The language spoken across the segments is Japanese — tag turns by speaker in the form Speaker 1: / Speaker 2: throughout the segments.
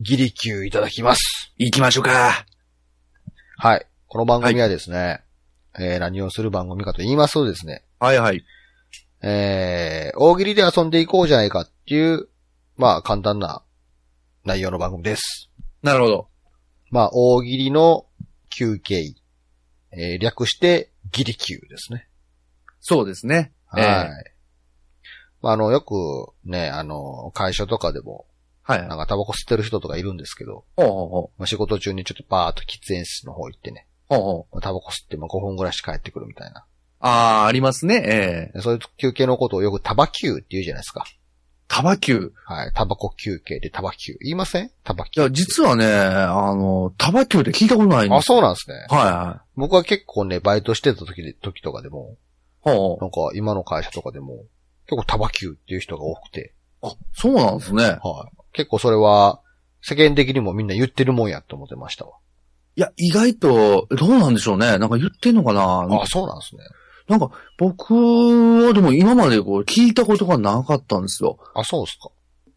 Speaker 1: ギリキューいただきます。
Speaker 2: 行きましょうか。
Speaker 1: はい。この番組はですね、えー、何をする番組かと言いますとですね、
Speaker 2: はいはい。
Speaker 1: えー、大喜利で遊んでいこうじゃないかっていう、まあ簡単な内容の番組です。
Speaker 2: なるほど。
Speaker 1: まあ大喜利の QK、えー、略してギリキューですね。
Speaker 2: そうですね。
Speaker 1: はい。
Speaker 2: ええ
Speaker 1: まああの、よくね、あの、会社とかでも、
Speaker 2: はい
Speaker 1: なん
Speaker 2: はい。
Speaker 1: かタバコ吸ってる人とかいるんですけど、
Speaker 2: ほうほうほ
Speaker 1: まあ仕事中にちょっとパーッと喫煙室の方行ってね、
Speaker 2: う。ほうほう。
Speaker 1: タバコ吸ってまあ5分ぐらいしか帰ってくるみたいな。
Speaker 2: あー、ありますね。ええ
Speaker 1: でそういう休憩のことをよくタバ休って言うじゃないですか。
Speaker 2: タバキュー。
Speaker 1: はい。タバコ休憩でタバ休。言いませんタバ
Speaker 2: い
Speaker 1: 休。
Speaker 2: や、実はね、あの、タバキューって聞いたことないん
Speaker 1: あ、そう
Speaker 2: な
Speaker 1: なんですね。
Speaker 2: はいはい。
Speaker 1: 僕は結構ね、バイトしてた時で、時とかでも、
Speaker 2: ほうほ
Speaker 1: なんか今の会社とかでも、結構タバ休っていう人が多くて、
Speaker 2: う。あ、そうなんですね。
Speaker 1: はい。結構それは、世間的にもみんな言ってるもんやと思ってましたわ。
Speaker 2: いや、意外と、どうなんでしょうね。なんか言ってんのかな
Speaker 1: あ、そうなんですね。
Speaker 2: なんか、僕はでも今までこう、聞いたことがなかったんですよ。
Speaker 1: あ、そうですか。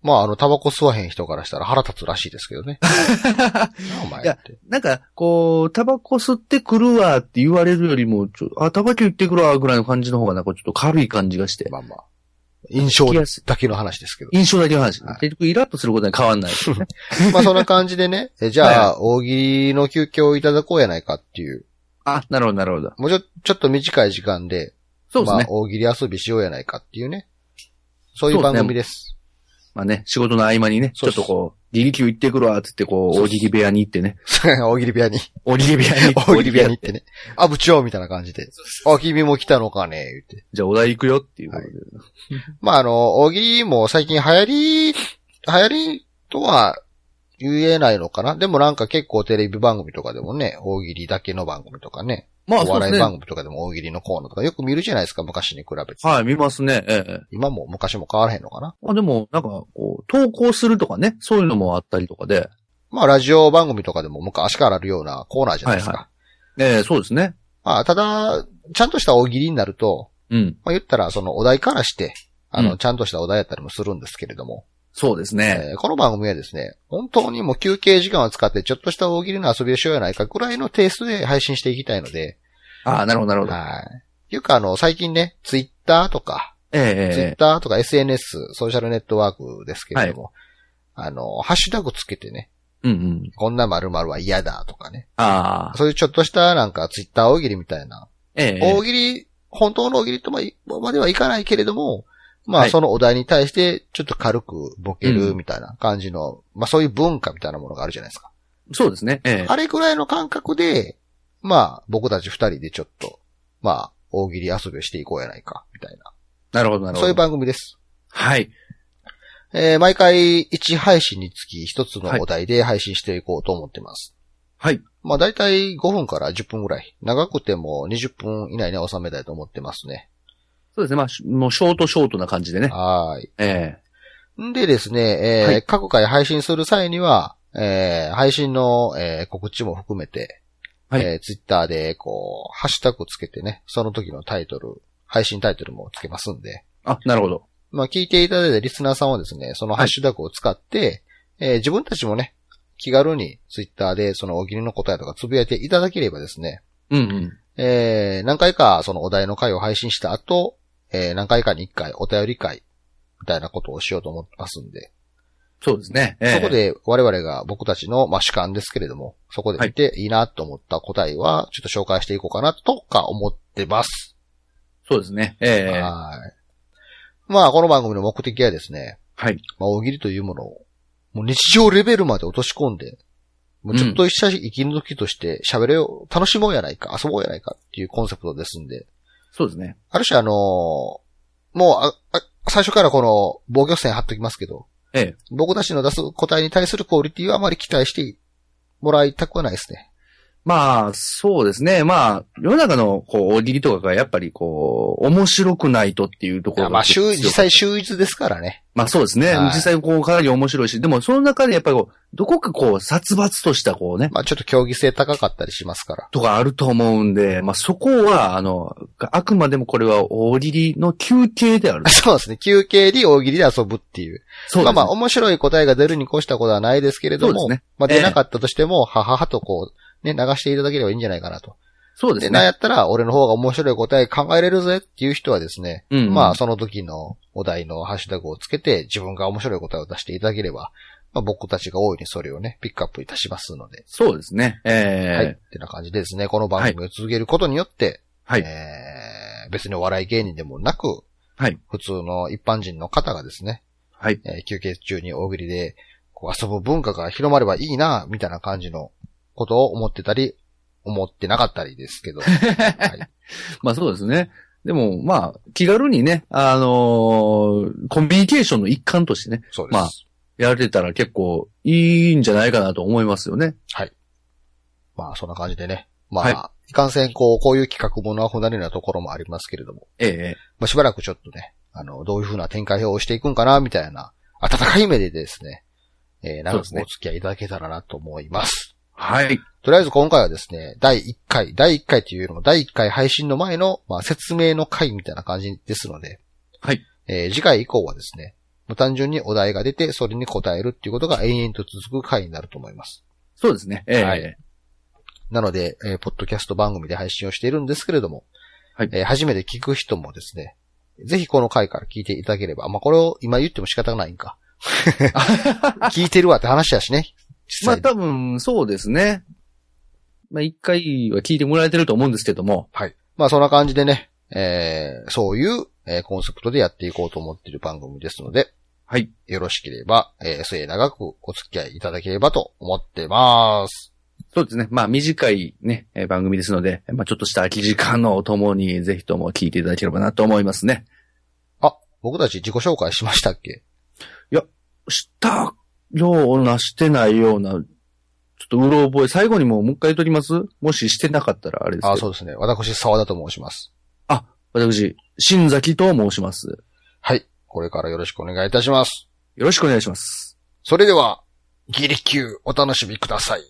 Speaker 1: まあ、あの、タバコ吸わへん人からしたら腹立つらしいですけど ね。なんやお前って。
Speaker 2: なんか、こう、タバコ吸ってくるわって言われるよりも、ちょあ、タバキュー行ってくるわぐらいの感じの方がなんかちょっと軽い感じがして。
Speaker 1: まあまあ。印象
Speaker 2: 聞きやすい
Speaker 1: だけの話ですけど。
Speaker 2: 印象だけの話
Speaker 1: はい。
Speaker 2: 結局、イラッとすることに変わんない。
Speaker 1: まあそんな感じでね、えじゃあ、大喜利の休憩をいただこうやないかっていう、
Speaker 2: あ、なるほど、なるほど。
Speaker 1: もうちょ、ちょっと短い時間で、
Speaker 2: そうです
Speaker 1: まあ
Speaker 2: ね。
Speaker 1: 大喜利遊びしようやないかっていうね、そういう
Speaker 2: そうですね
Speaker 1: 番組です。
Speaker 2: まあね、仕事の合間にね、ち
Speaker 1: そう
Speaker 2: ょっ
Speaker 1: です
Speaker 2: とこう、ギリキュー行ってくるわってって、こう、
Speaker 1: そう
Speaker 2: 大
Speaker 1: です
Speaker 2: 喜利部屋に行ってね。
Speaker 1: 大喜利部屋に、
Speaker 2: 大喜利部屋に行 って。
Speaker 1: 大喜利部屋に行ってね、あ、部長みたいな感じで、あ、君も来たのかね、言って。
Speaker 2: じゃあ、お題行くよっていうことで。
Speaker 1: まああの、大喜利も最近流行り、流行りとは言えないのかなでもなんか結構テレビ番組とかでもね、大喜利だけの番組とかね、
Speaker 2: まあ、
Speaker 1: お
Speaker 2: そうで
Speaker 1: 笑い
Speaker 2: す
Speaker 1: 番
Speaker 2: ね。
Speaker 1: 組とかでも大喜利のコーナーとかよく見るじゃないですか、昔に比べて。
Speaker 2: はい、見ますね。ええ。
Speaker 1: 今も昔も変わらへんのかな
Speaker 2: まあでも、なんか、こう、投稿するとかね、そういうのもあったりとかで。
Speaker 1: まあ、ラジオ番組とかでも昔からあるようなコーナーじゃないですか。
Speaker 2: はいええそうですね。
Speaker 1: まあ、ただ、ちゃんとした大喜利になると、
Speaker 2: うん。
Speaker 1: まあ、言ったらそのお題からして、あの、
Speaker 2: うん
Speaker 1: ちゃんとしたお題やったりもするんですけれども、
Speaker 2: そうですね。
Speaker 1: えーこの番組はですね、本当にもう休憩時間を使ってちょっとした大喜利の遊びをしようやないかぐらいのテイストで配信していきたいので、
Speaker 2: ああ、なるほど、なるほど。
Speaker 1: はい。っていうか、あの、最近ね、ツイッターとか、
Speaker 2: ええ
Speaker 1: ツイッ
Speaker 2: え
Speaker 1: ターとか SNS、ソーシャルネットワークですけれども、あの、ハッシュタグつけてね、
Speaker 2: えうんうん。
Speaker 1: こんな〇〇は嫌だとかね、
Speaker 2: ああ、
Speaker 1: そういうちょっとしたなんかツイッター大喜利みたいな。
Speaker 2: ええ
Speaker 1: 大喜利、本当の大喜利とままではいかないけれども、ま
Speaker 2: は
Speaker 1: あ
Speaker 2: い
Speaker 1: そのお題に対してちょっと軽くボケる
Speaker 2: うん
Speaker 1: みたいな感じの、まあそういう文化みたいなものがあるじゃないですか。
Speaker 2: そうですね。ええ
Speaker 1: あれくらいの感覚で、まあ僕たち二人でちょっと、まあ大喜利遊びをしていこうやないか、みたい
Speaker 2: なるほど、
Speaker 1: な。
Speaker 2: なるほど。
Speaker 1: そういう番組です。
Speaker 2: はい。
Speaker 1: えー毎回1配信につき1つのお題で配信していこうと思ってます。
Speaker 2: はい。
Speaker 1: まあ大体5分から10分ぐらい。長くても20分以内に収めたいと思ってますね。
Speaker 2: そうですね。まあ、しもうショートショートな感じでね。
Speaker 1: はーい。
Speaker 2: ええ
Speaker 1: んでですね、えー
Speaker 2: はい
Speaker 1: 各回配信する際には、えー配信の、えー告知も含めて、
Speaker 2: はい
Speaker 1: えツイッター Twitter で、こう、ハッシュタグつけてね、その時のタイトル、配信タイトルもつけますんで、
Speaker 2: あ、なるほど。
Speaker 1: まあ、聞いていただいたリスナーさんはですね、そのハッシュタグを使って、えー自分たちもね、気軽にツイッターでそのお気に入りの答えとかつぶやいていただければですね、
Speaker 2: うんうん。
Speaker 1: えー何回かそのお題の回を配信した後、えー何回かに1回お便り会、みたいなことをしようと思ってますんで、
Speaker 2: そうですね。ええ
Speaker 1: そこで我々が僕たちの、まあ、主観ですけれども、そこで見ていいなと思った答えは、ちょっと紹介していこうかなとか思ってます。
Speaker 2: そうですね。ええ
Speaker 1: はい。まあ、この番組の目的はですね、
Speaker 2: はい。
Speaker 1: まあ、大喜利というものを、もう日常レベルまで落とし込んで、もうちょっとした息抜きとして喋れよ、楽しもうやないか、遊ぼうやないかっていうコンセプトですんで、
Speaker 2: そうですね。
Speaker 1: ある種あのーもうああ、最初からこの防御線貼っときますけど、
Speaker 2: ええ
Speaker 1: 僕たちの出す答えに対するクオリティはあまり期待してもらいたくはないですね。
Speaker 2: まあ、そうですね。まあ、世の中の、こう、大喜利とかがやっぱり、こう、面白くないとっていうとこ
Speaker 1: い
Speaker 2: ろ
Speaker 1: や
Speaker 2: が
Speaker 1: まあ、週、実際
Speaker 2: 週
Speaker 1: 週一ですからね。
Speaker 2: まあそうですね。
Speaker 1: はい
Speaker 2: 実際、こう、かなり面白いし、でも、その中でやっぱりこう、どこかこう、殺伐とした、こうね、
Speaker 1: まあ、ちょっと競技性高かったりしますから。。
Speaker 2: とかあると思うんで、まあそこは、あの、あくまでもこれは大喜利の休憩である
Speaker 1: そうですね。休憩に大喜利で遊ぶっていう。
Speaker 2: そうですね。
Speaker 1: まあまあ、面白い答えが出るに越したことはないですけれど
Speaker 2: そうで
Speaker 1: も、
Speaker 2: すね。
Speaker 1: まあ、出なかったとしても、はははとこう、ね、流していただければいいんじゃないかなと。
Speaker 2: そうで
Speaker 1: で、
Speaker 2: す
Speaker 1: なん
Speaker 2: ね。
Speaker 1: やったら、俺の方が面白い答え考えれるぜっていう人はですね、
Speaker 2: うん
Speaker 1: まあ、その時のお題のハッシュタグをつけて、自分が面白い答えを出していただければ、まあ、僕たちが大いにそれをね、ピックアップいたしますので、
Speaker 2: そうですね。え
Speaker 1: はい。っ
Speaker 2: え
Speaker 1: てな感じでですね、この番組を続けることによって、
Speaker 2: はい
Speaker 1: えー別にお笑い芸人でもなく、
Speaker 2: はい
Speaker 1: 普通の一般人の方がですね、
Speaker 2: はい。
Speaker 1: えー休憩中に大喜利でこう遊ぶ文化が広まればいいな、みたいな感じのことを思ってたり、思ってなかったりです けど。はい、
Speaker 2: まあそうですね。でも、まあ、気軽にね、あのーコミュニケーションの一環としてね、
Speaker 1: そうです。
Speaker 2: まあやれてたら結構いいんじゃないかなと思いますよね。
Speaker 1: まあ、そんな感じでね。まあ、、
Speaker 2: はい
Speaker 1: かんせん、こう、こういう企画ものは不慣れなところもありますけれども、
Speaker 2: ええ
Speaker 1: まあ、しばらくちょっとね、あの、どういう風な展開をしていくんかな、みたいな、温かい目でですね、えー、
Speaker 2: そう
Speaker 1: 長
Speaker 2: で
Speaker 1: く
Speaker 2: す
Speaker 1: お
Speaker 2: ね
Speaker 1: 付き合いいただけたらなと思います。
Speaker 2: はい。
Speaker 1: とりあえず今回はですね、第1回、第1回というよりも、第1回配信の前の、まあ、説明の回みたいな感じですので、
Speaker 2: はい。
Speaker 1: えー次回以降はですね、もう単純にお題が出て、それに答えるっていうことが延々と続く回になると思います。
Speaker 2: そうですね。ええ
Speaker 1: はいなので、えーポッドキャスト番組で配信をしているんですけれども、
Speaker 2: はい
Speaker 1: えー初めて聞く人もですね、ぜひこの回から聞いていただければ、あまあ、これを今言っても仕方がないん か。聞いてるわって話だしね。
Speaker 2: ま
Speaker 1: 実際
Speaker 2: あ
Speaker 1: に
Speaker 2: 多分、そうですね。まあ一回は聞いてもらえてると思うんですけども。
Speaker 1: まあそんな感じでね、えーそういう、えーコンセプトでやっていこうと思っている番組ですので、
Speaker 2: はい。
Speaker 1: よろしければ、えー末長くお付き合いいただければと思ってます。
Speaker 2: そうですね。まあ短いね、えー番組ですので、まあちょっとした空き時間のお供にぜひとも聞いていただければなと思いますね。
Speaker 1: 僕たち自己紹介しましたっけ
Speaker 2: したような、してないような、ちょっとうろ覚え、最後にももう一回言っときますもししてなかったらあれですけど。
Speaker 1: あ、そうですね。私、沢田と申します。
Speaker 2: 私、新崎と申します。
Speaker 1: はい。これからよろしくお願いいたします。
Speaker 2: よろしくお願いします。
Speaker 1: それでは、ギリ級お楽しみください。